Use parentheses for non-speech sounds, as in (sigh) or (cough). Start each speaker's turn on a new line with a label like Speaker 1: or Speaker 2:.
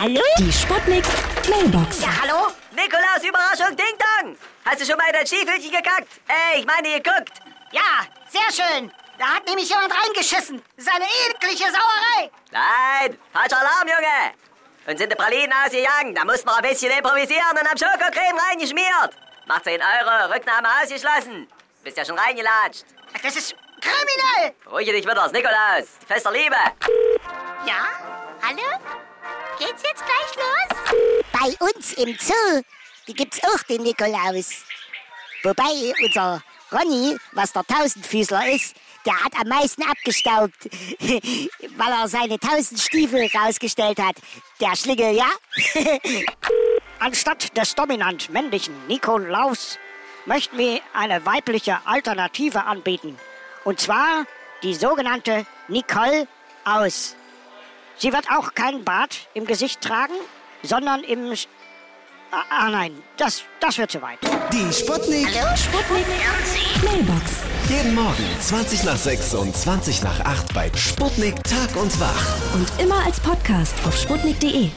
Speaker 1: Hallo?
Speaker 2: Die Sputnik Mailbox.
Speaker 1: Ja, hallo?
Speaker 3: Nikolaus Überraschung Ding Dong! Hast du schon mal in dein Stiefhütchen gekackt? Ey, ich meine, ihr guckt!
Speaker 1: Ja, sehr schön. Da hat nämlich jemand reingeschissen. Seine eklige Sauerei.
Speaker 3: Nein, falscher Alarm, Junge! Und sind die Pralinen ausgegangen, da mussten wir ein bisschen improvisieren und haben Schokocreme reingeschmiert. Macht 10 Euro, Rücknahme ausgeschlossen. Bist ja schon reingelatscht.
Speaker 1: Das ist kriminell.
Speaker 3: Beruhige dich wieder, Nikolaus. Fester Liebe.
Speaker 4: Ja? Hallo? Geht's jetzt gleich los?
Speaker 5: Bei uns im Zoo, die gibt's auch den Nikolaus. Wobei unser Ronny, was der Tausendfüßler ist, der hat am meisten abgestaubt, (laughs) weil er seine tausend Stiefel rausgestellt hat. Der Schlingel, ja? (laughs)
Speaker 6: Anstatt des dominant männlichen Nikolaus möchten wir eine weibliche Alternative anbieten. Und zwar Ah, die sogenannte Nicole aus. Sie wird auch keinen Bart im Gesicht tragen, sondern im... Sch- Ah, ah nein, das, das wird zu weit.
Speaker 7: Die Sputnik.
Speaker 2: Sputnik Mailbox.
Speaker 7: Jeden Morgen 20 nach 6 und 20 nach 8 bei Sputnik Tag und Wach.
Speaker 2: Und immer als Podcast auf sputnik.de.